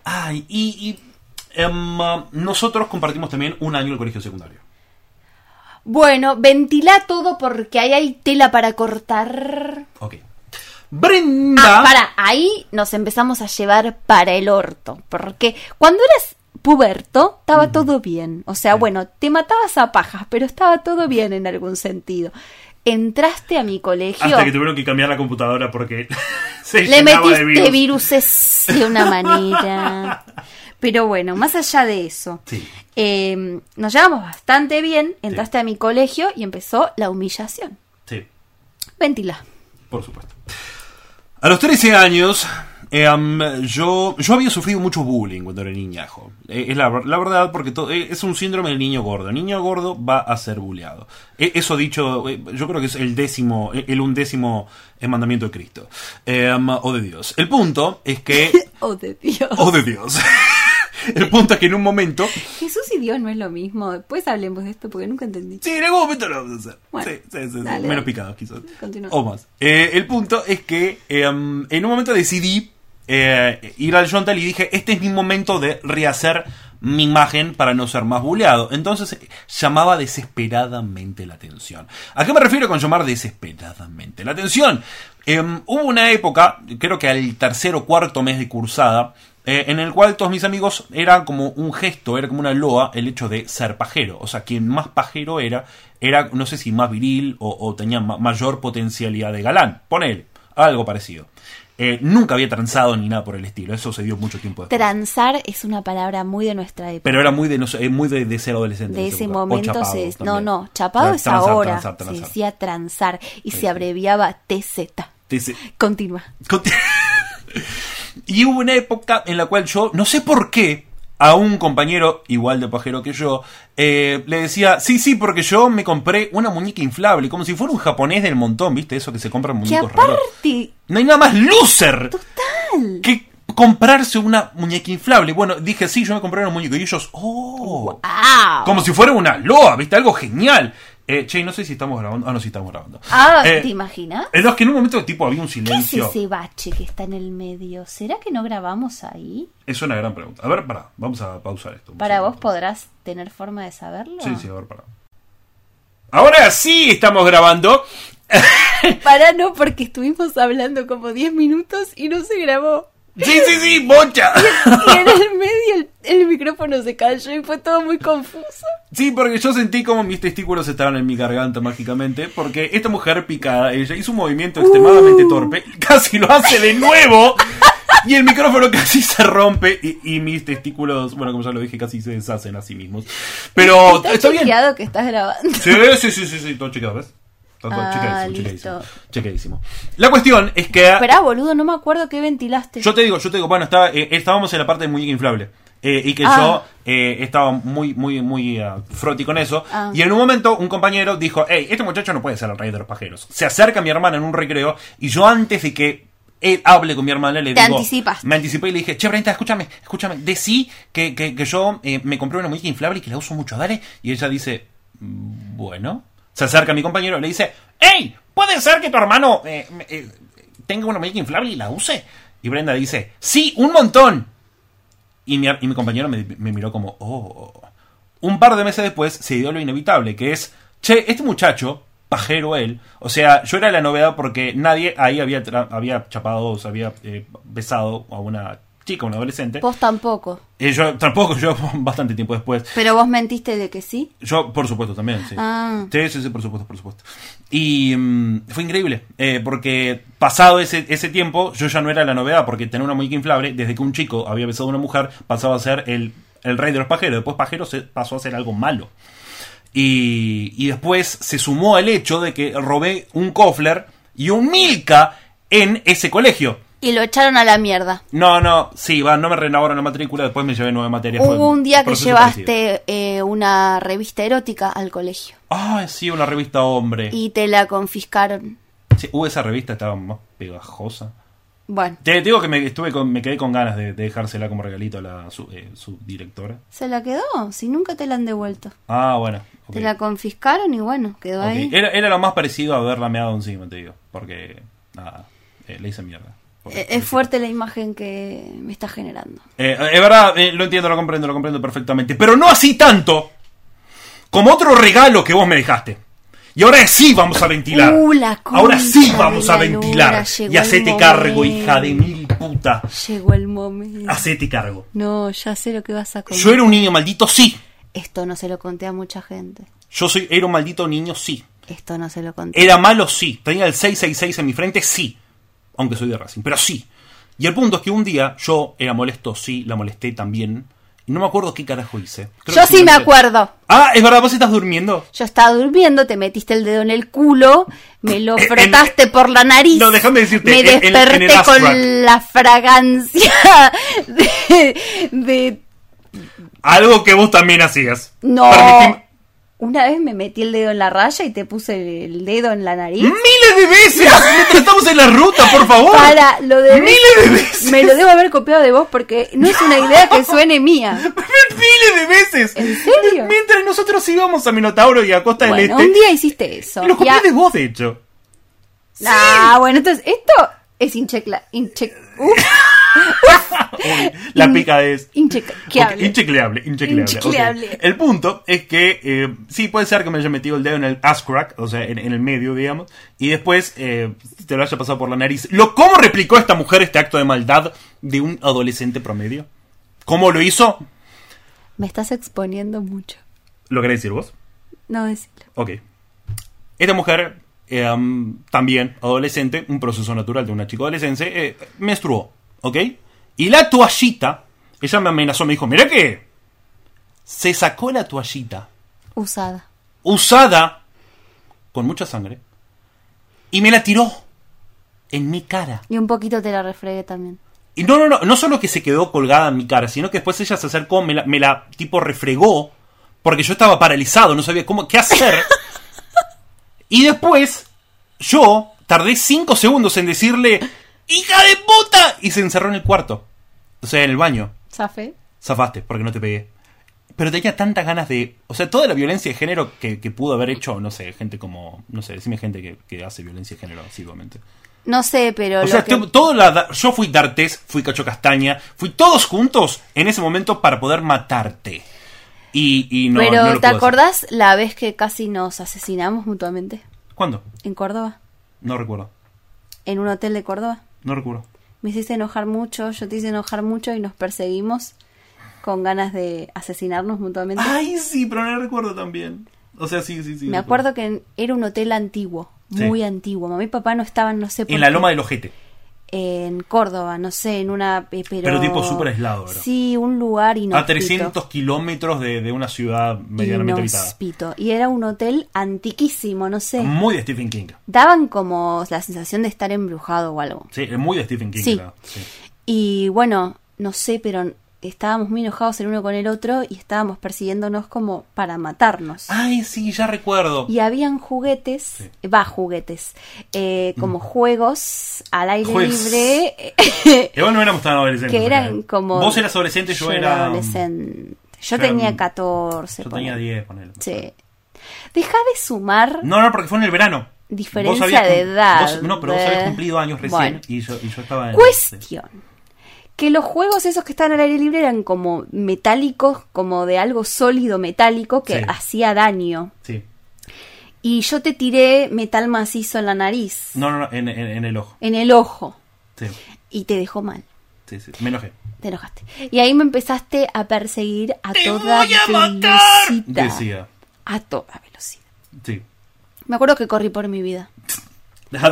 [SPEAKER 2] Ay, y, y, em, ah, nosotros compartimos también un año en el colegio secundario.
[SPEAKER 3] Bueno, ventilá todo porque ahí hay tela para cortar.
[SPEAKER 2] Ok. Brenda.
[SPEAKER 3] Ah, para, ahí nos empezamos a llevar para el orto. Porque cuando eras puberto, estaba
[SPEAKER 2] Mm.
[SPEAKER 3] todo bien. O sea, bueno, te matabas a pajas, pero estaba todo bien en algún sentido. Entraste a mi colegio.
[SPEAKER 2] Hasta que tuvieron que cambiar la computadora porque se
[SPEAKER 3] Le
[SPEAKER 2] llenaba
[SPEAKER 3] metiste
[SPEAKER 2] de virus.
[SPEAKER 3] viruses de una manera. Pero bueno, más allá de eso,
[SPEAKER 2] Sí.
[SPEAKER 3] eh, nos llevamos bastante bien. Entraste a mi colegio y empezó la humillación.
[SPEAKER 2] Sí,
[SPEAKER 3] Ventilá.
[SPEAKER 2] por supuesto. A los 13 años, eh, am, yo, yo había sufrido mucho bullying cuando era niñajo. Eh, es la, ver- la verdad, porque to- eh, es un síndrome del niño gordo. El niño gordo va a ser bulleado. Eh, eso dicho, eh, yo creo que es el décimo, eh, el undécimo eh, mandamiento de Cristo. Eh, am, o de Dios. El punto es que...
[SPEAKER 3] Oh, de Dios.
[SPEAKER 2] o de Dios. el punto es que en un momento...
[SPEAKER 3] Jesús y Dios no es lo mismo. Después hablemos de esto porque nunca entendí.
[SPEAKER 2] Sí, en algún momento lo vamos a hacer.
[SPEAKER 3] Bueno,
[SPEAKER 2] sí, sí, sí, sí.
[SPEAKER 3] dale,
[SPEAKER 2] Menos
[SPEAKER 3] dale.
[SPEAKER 2] picado, quizás.
[SPEAKER 3] Continúa.
[SPEAKER 2] O más. Eh, el punto es que eh, um, en un momento decidí eh, ir al Yontal y dije, este es mi momento de rehacer mi imagen para no ser más buleado. Entonces eh, llamaba desesperadamente la atención. ¿A qué me refiero con llamar desesperadamente la atención? Em, hubo una época, creo que al tercer o cuarto mes de cursada, eh, en el cual todos mis amigos era como un gesto, era como una loa el hecho de ser pajero. O sea, quien más pajero era, era no sé si más viril o, o tenía ma- mayor potencialidad de galán. Ponele, algo parecido. Eh, nunca había transado ni nada por el estilo, eso se dio mucho tiempo después.
[SPEAKER 3] Transar es una palabra muy de nuestra época.
[SPEAKER 2] Pero era muy de, no sé, eh, muy de, de ser adolescente. en
[SPEAKER 3] de
[SPEAKER 2] esa
[SPEAKER 3] ese
[SPEAKER 2] época. O
[SPEAKER 3] momento
[SPEAKER 2] chapado
[SPEAKER 3] se... No,
[SPEAKER 2] también.
[SPEAKER 3] no, chapado
[SPEAKER 2] Tra-
[SPEAKER 3] es
[SPEAKER 2] transar,
[SPEAKER 3] ahora.
[SPEAKER 2] transar, transar.
[SPEAKER 3] Se decía transar y se abreviaba TZ.
[SPEAKER 2] Te dice-
[SPEAKER 3] Continúa.
[SPEAKER 2] Conti- y hubo una época en la cual yo, no sé por qué, a un compañero igual de pajero que yo, eh, le decía, sí, sí, porque yo me compré una muñeca inflable, como si fuera un japonés del montón, ¿viste? Eso que se compran
[SPEAKER 3] Que
[SPEAKER 2] muñecos raros.
[SPEAKER 3] aparte...
[SPEAKER 2] No hay nada más loser
[SPEAKER 3] Total.
[SPEAKER 2] que comprarse una muñeca inflable. Bueno, dije, sí, yo me compré una muñeca. Y ellos, oh,
[SPEAKER 3] ¡Au!
[SPEAKER 2] como si fuera una loa, ¿viste? Algo genial. Eh, che, no sé si estamos grabando. Ah, no, sí estamos grabando.
[SPEAKER 3] Ah,
[SPEAKER 2] Eh,
[SPEAKER 3] ¿te imaginas?
[SPEAKER 2] eh, no, es que en un momento tipo había un
[SPEAKER 3] ¿Qué es
[SPEAKER 2] silencio.
[SPEAKER 3] ese bache que está en el medio? ¿Será que no grabamos ahí?
[SPEAKER 2] Es una gran pregunta. A ver, pará, vamos a pausar esto.
[SPEAKER 3] ¿Para
[SPEAKER 2] Un
[SPEAKER 3] vos
[SPEAKER 2] segundo.
[SPEAKER 3] podrás tener forma de saberlo?
[SPEAKER 2] Sí, sí, a ver, pará. Ahora sí estamos grabando.
[SPEAKER 3] Para no, porque estuvimos hablando como 10 minutos y no se grabó.
[SPEAKER 2] Sí, sí, sí, bocha.
[SPEAKER 3] Y en el medio el, el micrófono se cayó y fue todo muy confuso.
[SPEAKER 2] Sí, porque yo sentí como mis testículos estaban en mi garganta mágicamente, porque esta mujer picada, ella hizo un movimiento
[SPEAKER 3] Uh.
[SPEAKER 2] extremadamente torpe, casi lo hace de nuevo, y el micrófono casi se rompe, y, y mis testículos, bueno, como ya lo dije, casi se deshacen a sí mismos. Pero está, bien.
[SPEAKER 3] chequeado que estás grabando.
[SPEAKER 2] Sí, sí, sí, sí, sí, todo chequeado, ¿ves? Está todo
[SPEAKER 3] Ah,
[SPEAKER 2] chequeadísimo,
[SPEAKER 3] listo.
[SPEAKER 2] chequeadísimo, chequeadísimo. La cuestión es que...
[SPEAKER 3] Esperá, boludo, no me acuerdo qué ventilaste.
[SPEAKER 2] Yo te digo, yo te digo, bueno, estaba, eh, estábamos en la parte de muñeca inflable. eh, y que
[SPEAKER 3] Ah.
[SPEAKER 2] yo eh, estaba muy, muy, muy ah, froti con eso.
[SPEAKER 3] Ah.
[SPEAKER 2] Y en un momento un compañero dijo, hey, este muchacho no puede ser el rey de los pajeros. Se acerca mi hermana en un recreo y yo antes de que él hable con mi hermana le
[SPEAKER 3] Te
[SPEAKER 2] digo...
[SPEAKER 3] anticipaste.
[SPEAKER 2] Me anticipé y le dije, che, Brenta, escúchame, escúchame, decí que, que, que yo eh, me compré una muñeca inflable y que la uso mucho, dale. Y ella dice, "Mm, bueno. Se acerca mi compañero y le dice, hey, ¿puede ser que tu hermano eh, me- eh, tenga una muñeca inflable y la use? Y Brenda dice, sí, un montón. Y mi, y mi compañero me, me miró como, oh. Un par de meses después se dio lo inevitable, que es, che, este muchacho, pajero él, o sea, yo era la novedad porque nadie ahí había, tra- había chapado, o sea, había eh, besado a una chica, a un adolescente.
[SPEAKER 3] Vos tampoco.
[SPEAKER 2] Eh, yo tampoco, yo bastante tiempo después.
[SPEAKER 3] Pero vos mentiste de que sí.
[SPEAKER 2] Yo, por supuesto, también, sí.
[SPEAKER 3] Ah.
[SPEAKER 2] Sí, sí, sí, por supuesto, por supuesto. Y mm, fue increíble, eh, porque pasado ese, ese tiempo, yo ya no era la novedad, porque tener una muñeca inflable, desde que un chico había besado a una mujer, pasaba a ser el, el rey de los pajeros. Después pajero se pasó a ser algo malo. Y, y después se sumó el hecho de que robé un cofler y un milka en ese colegio.
[SPEAKER 3] Y lo echaron a la mierda.
[SPEAKER 2] No, no, sí, va, no me renovaron la matrícula, después me llevé nueve materias. fue
[SPEAKER 3] Hubo un día que
[SPEAKER 2] proceso parecido.
[SPEAKER 3] llevaste eh, una revista erótica al colegio
[SPEAKER 2] Ah, sí, una revista hombre.
[SPEAKER 3] y te la confiscaron.
[SPEAKER 2] Sí, uh, esa revista estaba más pegajosa.
[SPEAKER 3] Bueno,
[SPEAKER 2] Te, te digo que me, estuve con- me quedé con ganas de, de dejársela como regalito a la su, eh, subdirectora.
[SPEAKER 3] se la quedó, si nunca te la han devuelto.
[SPEAKER 2] Ah, bueno. ok,
[SPEAKER 3] Te la confiscaron y bueno, quedó
[SPEAKER 2] ok.
[SPEAKER 3] ahí.
[SPEAKER 2] Era, era lo más parecido a haberla meado encima, te digo. Porque, nada, eh, le hice mierda. Por-
[SPEAKER 3] Eh, Es fuerte la imagen que me está generando.
[SPEAKER 2] Eh, es verdad, eh, lo entiendo, lo comprendo, lo comprendo perfectamente. Pero no así tanto como otro regalo que vos me dejaste. Y ahora sí vamos a ventilar.
[SPEAKER 3] Uh, la concha
[SPEAKER 2] ahora sí vamos
[SPEAKER 3] de
[SPEAKER 2] a
[SPEAKER 3] la
[SPEAKER 2] ventilar.
[SPEAKER 3] lora, llegó
[SPEAKER 2] Y hacete
[SPEAKER 3] el
[SPEAKER 2] cargo,
[SPEAKER 3] momento.
[SPEAKER 2] hija de mil
[SPEAKER 5] puta.
[SPEAKER 3] Llegó el momento.
[SPEAKER 5] Hacete cargo.
[SPEAKER 3] No, ya sé lo que vas a contar.
[SPEAKER 2] Ah, Yo era un niño maldito, sí.
[SPEAKER 3] Esto no se lo conté a mucha gente.
[SPEAKER 2] Yo soy, era un maldito niño, sí.
[SPEAKER 3] Esto no se lo conté.
[SPEAKER 2] Era malo, sí. Tenía el 666 en mi frente, sí. Aunque soy de Racing, pero sí. Y el punto es que un día yo era molesto, sí, la molesté también. Y no me acuerdo qué carajo hice. Creo
[SPEAKER 3] Yo
[SPEAKER 2] que
[SPEAKER 3] sí me
[SPEAKER 2] lo hice.
[SPEAKER 3] acuerdo.
[SPEAKER 2] Ah, es verdad, vos estás durmiendo.
[SPEAKER 3] Yo estaba durmiendo, te metiste el dedo en el culo, me lo
[SPEAKER 2] en-
[SPEAKER 3] frotaste por la nariz.
[SPEAKER 2] No, déjame decirte,
[SPEAKER 3] Me
[SPEAKER 2] en- en- en el
[SPEAKER 3] desperté
[SPEAKER 2] Aswrack.
[SPEAKER 3] con la fragancia de. de-
[SPEAKER 2] Algo que vos también hacías.
[SPEAKER 3] no.
[SPEAKER 2] Permitime-
[SPEAKER 3] Una vez me metí el dedo en la raya y te puse el dedo en la nariz.
[SPEAKER 2] ¡Miles de veces! Mientras estamos en la ruta, por favor!
[SPEAKER 3] Para, lo de
[SPEAKER 2] ¡Miles de veces!
[SPEAKER 3] Me lo debo haber copiado de vos porque no es una idea que suene mía.
[SPEAKER 2] ¡Miles de veces!
[SPEAKER 3] ¿En serio?
[SPEAKER 2] Mientras nosotros íbamos a Minotauro y a Costa del
[SPEAKER 3] Bueno,
[SPEAKER 2] Este.
[SPEAKER 3] un día hiciste eso.
[SPEAKER 2] Lo copié
[SPEAKER 3] Ya-
[SPEAKER 2] de vos, de hecho.
[SPEAKER 3] Ah, bueno, entonces esto es inchecla. Inche... Uf,
[SPEAKER 2] La
[SPEAKER 3] In-
[SPEAKER 2] pica es.
[SPEAKER 3] inchequeable.
[SPEAKER 2] Ok, Inchecleable, inchecleable,
[SPEAKER 3] Inchecleable.
[SPEAKER 2] ok. El punto es que eh, sí, puede ser que me haya metido el dedo en el ass crack, o sea, en, en el medio, digamos, y después eh, te lo haya pasado por la nariz. Lo, ¿Cómo replicó esta mujer este acto de maldad de un adolescente promedio? ¿Cómo lo hizo?
[SPEAKER 3] Me estás exponiendo mucho.
[SPEAKER 2] ¿Lo querés decir vos?
[SPEAKER 3] No decirlo.
[SPEAKER 2] Ok. Esta mujer, eh, um, también adolescente, un proceso natural de una chica adolescente, eh, menstruó, ¿ok? Y la toallita, ella me amenazó, me dijo, mira que se sacó la toallita
[SPEAKER 3] Usada.
[SPEAKER 2] usada con mucha sangre y me la tiró en mi cara.
[SPEAKER 3] Y un poquito te la refregué también.
[SPEAKER 2] Y no, no, no, no solo que se quedó colgada en mi cara, sino que después ella se acercó, me la, me la tipo refregó, porque yo estaba paralizado, no sabía cómo, qué hacer. y después, yo tardé cinco segundos en decirle, ¡hija de puta! Y se encerró en el cuarto, o sea, en el baño.
[SPEAKER 3] ¿Safe?
[SPEAKER 2] Zafaste, porque no te pegué. Pero tenía tantas ganas de. O sea, toda la violencia de género que, que pudo haber hecho, no sé, gente como. No sé, decime gente que, que hace violencia de género asiduamente.
[SPEAKER 3] No sé, pero
[SPEAKER 2] O
[SPEAKER 3] lo
[SPEAKER 2] sea,
[SPEAKER 3] que-
[SPEAKER 2] to- todo la, da- yo fui D'Artes, fui Cacho Castaña, fui todos juntos en ese momento para poder matarte. Y, y no.
[SPEAKER 3] Pero
[SPEAKER 2] no lo
[SPEAKER 3] ¿te
[SPEAKER 2] puedo hacer.
[SPEAKER 3] acordás la vez que casi nos asesinamos mutuamente?
[SPEAKER 2] ¿Cuándo?
[SPEAKER 3] En Córdoba.
[SPEAKER 2] No recuerdo.
[SPEAKER 3] En un hotel de Córdoba.
[SPEAKER 2] No recuerdo.
[SPEAKER 3] Me hiciste enojar mucho, yo te hice enojar mucho y nos perseguimos con ganas de asesinarnos mutuamente.
[SPEAKER 2] Ay, sí, pero no recuerdo también. O sea, sí, Ah, sí, sí.
[SPEAKER 3] Me acuerdo que en- era un hotel antiguo,
[SPEAKER 2] Sí.
[SPEAKER 3] muy antiguo. Mamá y papá no estaban, no sé por
[SPEAKER 2] En la
[SPEAKER 3] qué,
[SPEAKER 2] loma del ojete.
[SPEAKER 3] En Córdoba, no sé, en una. eh, Pero,
[SPEAKER 2] Pero tipo súper aislado, ¿verdad? Ah,
[SPEAKER 3] Sí, un lugar y
[SPEAKER 2] A 300 kilómetros de, de una ciudad medianamente habitada.
[SPEAKER 3] Y era un hotel antiquísimo, no sé.
[SPEAKER 2] Muy de Stephen King.
[SPEAKER 3] Daban como la sensación de estar embrujado o algo.
[SPEAKER 2] Sí, es muy de Stephen King.
[SPEAKER 3] Sí.
[SPEAKER 2] claro, sí.
[SPEAKER 3] Y bueno, no sé, pero estábamos muy enojados el uno con el otro y estábamos persiguiéndonos como para matarnos.
[SPEAKER 2] Ay, sí, ya recuerdo.
[SPEAKER 3] Y habían juguetes, va, juguetes, eh, como
[SPEAKER 2] Mm.
[SPEAKER 3] juegos al aire
[SPEAKER 2] Juegos.
[SPEAKER 3] libre, eh,
[SPEAKER 2] Igual no éramos tan adolescentes.
[SPEAKER 3] e que eran
[SPEAKER 2] acá.
[SPEAKER 3] como...
[SPEAKER 2] Vos eras adolescente, yo, era. um,
[SPEAKER 3] adolescente. Yo,
[SPEAKER 2] yo era,
[SPEAKER 3] tenía
[SPEAKER 2] um,
[SPEAKER 3] 14.
[SPEAKER 2] Yo
[SPEAKER 3] ponele.
[SPEAKER 2] tenía 10, ponele.
[SPEAKER 3] Sí. Deja de sumar
[SPEAKER 2] No, no, porque fue en el verano.
[SPEAKER 3] diferencia
[SPEAKER 2] Vos habías
[SPEAKER 3] de
[SPEAKER 2] cum-
[SPEAKER 3] edad. eh,
[SPEAKER 2] vos- no, pero vos habías cumplido años recién
[SPEAKER 3] Bueno.
[SPEAKER 2] y, yo, y yo estaba en.
[SPEAKER 3] Cuestión. Que los juegos esos que estaban al aire libre eran como metálicos, como de algo sólido metálico que
[SPEAKER 2] Sí.
[SPEAKER 3] hacía daño.
[SPEAKER 2] Sí.
[SPEAKER 3] Y yo te tiré metal macizo en la nariz,
[SPEAKER 2] No, no, no, en, en- en el ojo.
[SPEAKER 3] en el ojo,
[SPEAKER 2] Sí,
[SPEAKER 3] y te dejó mal.
[SPEAKER 2] sí, sí. Me enojé.
[SPEAKER 3] Te enojaste. Y ahí me empezaste a perseguir a toda
[SPEAKER 2] voy a
[SPEAKER 3] velocidad.
[SPEAKER 2] matar! Decía.
[SPEAKER 3] A toda velocidad.
[SPEAKER 2] Sí.
[SPEAKER 3] Me acuerdo que corrí por mi vida.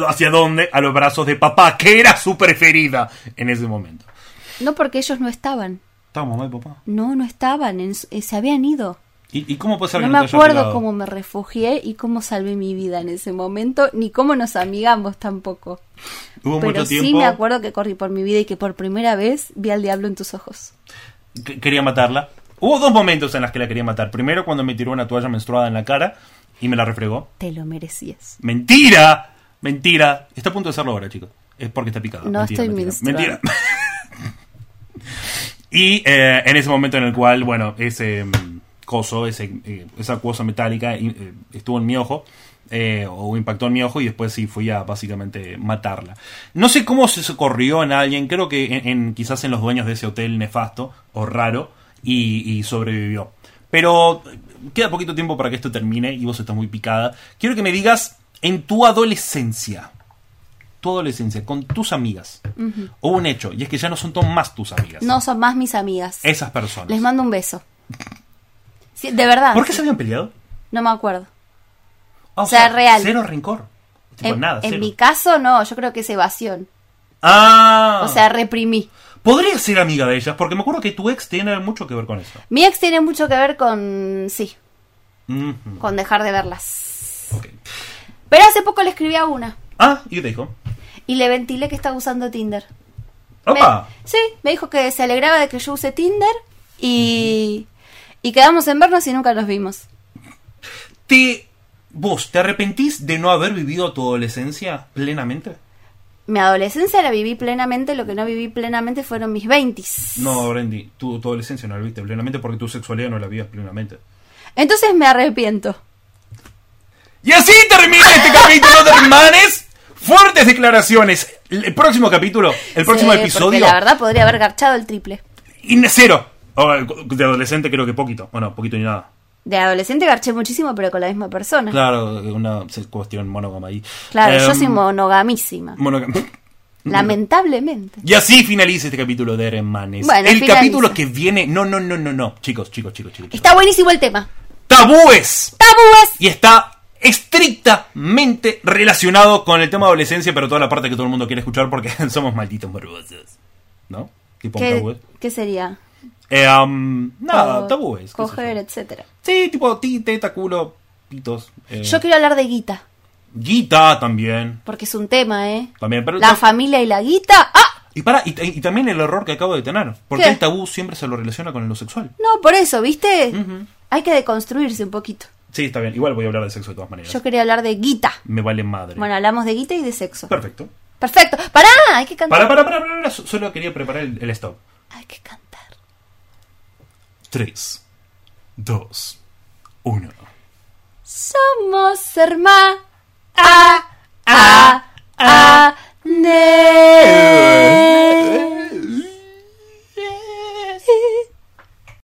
[SPEAKER 2] ¿Hacia dónde? A los brazos de papá, que era su preferida en ese momento.
[SPEAKER 3] No porque ellos no estaban.
[SPEAKER 2] Estaba mamá y papá.
[SPEAKER 3] No, no estaban. en su- eh, se habían ido.
[SPEAKER 2] ¿Y, y cómo puede ser
[SPEAKER 3] No
[SPEAKER 2] que
[SPEAKER 3] me
[SPEAKER 2] te haya
[SPEAKER 3] acuerdo
[SPEAKER 2] pegado?
[SPEAKER 3] cómo me refugié y cómo salvé mi vida en ese momento, ni cómo nos amigamos tampoco.
[SPEAKER 2] Hubo
[SPEAKER 3] Pero
[SPEAKER 2] mucho tiempo.
[SPEAKER 3] sí me acuerdo que corrí por mi vida y que por primera vez vi al diablo en tus ojos.
[SPEAKER 2] que- quería matarla. Hubo dos momentos en los que la quería matar. Primero, cuando me tiró una toalla menstruada en la cara y me la refregó.
[SPEAKER 3] Te lo merecías.
[SPEAKER 2] ¡Mentira! ¡Mentira! Está a punto de hacerlo ahora, chicos. Es porque está picada.
[SPEAKER 3] No
[SPEAKER 2] mentira,
[SPEAKER 3] estoy
[SPEAKER 2] mentira.
[SPEAKER 3] menstruada.
[SPEAKER 2] Mentira. y eh, en ese momento en el cual, bueno, ese mm, coso, ese, eh, esa cosa metálica y, eh, estuvo en mi ojo. eh, o impactó en mi ojo y después sí fui a básicamente matarla. No sé cómo se socorrió en alguien, creo que en, en- quizás en los dueños de ese hotel nefasto o raro y, y sobrevivió. Pero eh, queda poquito tiempo para que esto termine y vos estás muy picada. Quiero que me digas en tu adolescencia, tu adolescencia con tus amigas, hubo un hecho, y es que ya no son ton- más tus amigas.
[SPEAKER 3] No son más mis amigas.
[SPEAKER 2] Esas personas.
[SPEAKER 3] Les mando un beso. Sí, de verdad.
[SPEAKER 2] ¿Por qué se habían peleado?
[SPEAKER 3] No me acuerdo.
[SPEAKER 2] Ah,
[SPEAKER 3] O sea, real.
[SPEAKER 2] Cero rencor.
[SPEAKER 3] en
[SPEAKER 2] Tipo, pues nada,
[SPEAKER 3] en
[SPEAKER 2] cero.
[SPEAKER 3] mi caso, no, yo creo que es evasión.
[SPEAKER 2] Ah.
[SPEAKER 3] O sea, reprimí.
[SPEAKER 2] podría ser amiga de ellas, porque me acuerdo que tu ex tiene mucho que ver con eso.
[SPEAKER 3] Mi ex tiene mucho que ver con. Sí,
[SPEAKER 2] Ujú,
[SPEAKER 3] con dejar de verlas.
[SPEAKER 2] ok.
[SPEAKER 3] Pero hace poco le escribí a una
[SPEAKER 2] Ah, y te dijo.
[SPEAKER 3] y le ventilé que estaba usando Tinder. Me-
[SPEAKER 2] Opa.
[SPEAKER 3] sí, me dijo que se alegraba de que yo use Tinder y. Y quedamos en vernos y nunca nos vimos.
[SPEAKER 2] Te. ¿Vos te arrepentís de no haber vivido tu adolescencia plenamente?
[SPEAKER 3] Mi adolescencia la viví plenamente, lo que no viví plenamente fueron mis 20.
[SPEAKER 2] No, Brandy, tu, tu adolescencia no la viviste plenamente porque tu sexualidad no la vivías plenamente.
[SPEAKER 3] Entonces me arrepiento.
[SPEAKER 2] Y así termina este capítulo de hermanes. Fuertes declaraciones. El próximo capítulo, el próximo
[SPEAKER 3] Sí, porque
[SPEAKER 2] episodio.
[SPEAKER 3] La verdad podría haber garchado el triple.
[SPEAKER 2] Y cero. O, de adolescente creo que poquito. Bueno, poquito ni nada.
[SPEAKER 3] De adolescente garché muchísimo, pero con la misma persona. Claro,
[SPEAKER 2] Claro, una cuestión monógama ahí.
[SPEAKER 3] Ah. yo
[SPEAKER 2] Em,
[SPEAKER 3] soy monogamísima.
[SPEAKER 2] monógama.
[SPEAKER 3] Lamentablemente.
[SPEAKER 2] Y así finaliza este capítulo de Hermanes.
[SPEAKER 3] Bueno,
[SPEAKER 2] el
[SPEAKER 3] finaliza.
[SPEAKER 2] capítulo que viene. No, no, no, no, no. Chicos, chicos, chicos, chicos. chicos.
[SPEAKER 3] Está buenísimo el tema.
[SPEAKER 2] Tabúes.
[SPEAKER 3] ¡Tabúes!
[SPEAKER 2] Y está estrictamente relacionado con el tema de adolescencia, pero toda la parte que todo el mundo quiere escuchar porque somos malditos morbosos. ¿No? Tipo
[SPEAKER 3] ¿Qué,
[SPEAKER 2] tabúes.
[SPEAKER 3] qué sería?
[SPEAKER 2] Eh, am, nada,
[SPEAKER 3] Co-
[SPEAKER 2] tabúes. qué sé yo.
[SPEAKER 3] Coger, etcétera.
[SPEAKER 2] Sí, tipo ti, teta, culo, pitos. eh,
[SPEAKER 3] Yo quiero hablar de guita,
[SPEAKER 2] Guita también.
[SPEAKER 3] porque es un tema, ¿eh?
[SPEAKER 2] También, pero
[SPEAKER 3] La
[SPEAKER 2] tam-
[SPEAKER 3] familia y la guita. ¡Ah!
[SPEAKER 2] y para, y, y también el error que acabo de tener. Porque
[SPEAKER 3] ¿Qué?
[SPEAKER 2] el tabú siempre se lo relaciona con lo sexual.
[SPEAKER 3] No, por eso, ¿viste?
[SPEAKER 2] Ujú.
[SPEAKER 3] Hay que deconstruirse un poquito.
[SPEAKER 2] Sí, está bien. Igual voy a hablar de sexo de todas maneras.
[SPEAKER 3] Yo quería hablar de guita.
[SPEAKER 2] Me vale madre.
[SPEAKER 3] Bueno, hablamos de guita y de sexo.
[SPEAKER 2] Perfecto.
[SPEAKER 3] Perfecto. ¡Pará! Hay que cantar.
[SPEAKER 2] Para, para, para, para, para, so- Solo quería preparar el, el stop.
[SPEAKER 3] Hay que cantar.
[SPEAKER 2] 3, 2, 1.
[SPEAKER 3] Somos hermanas. A, a, a,
[SPEAKER 2] eh,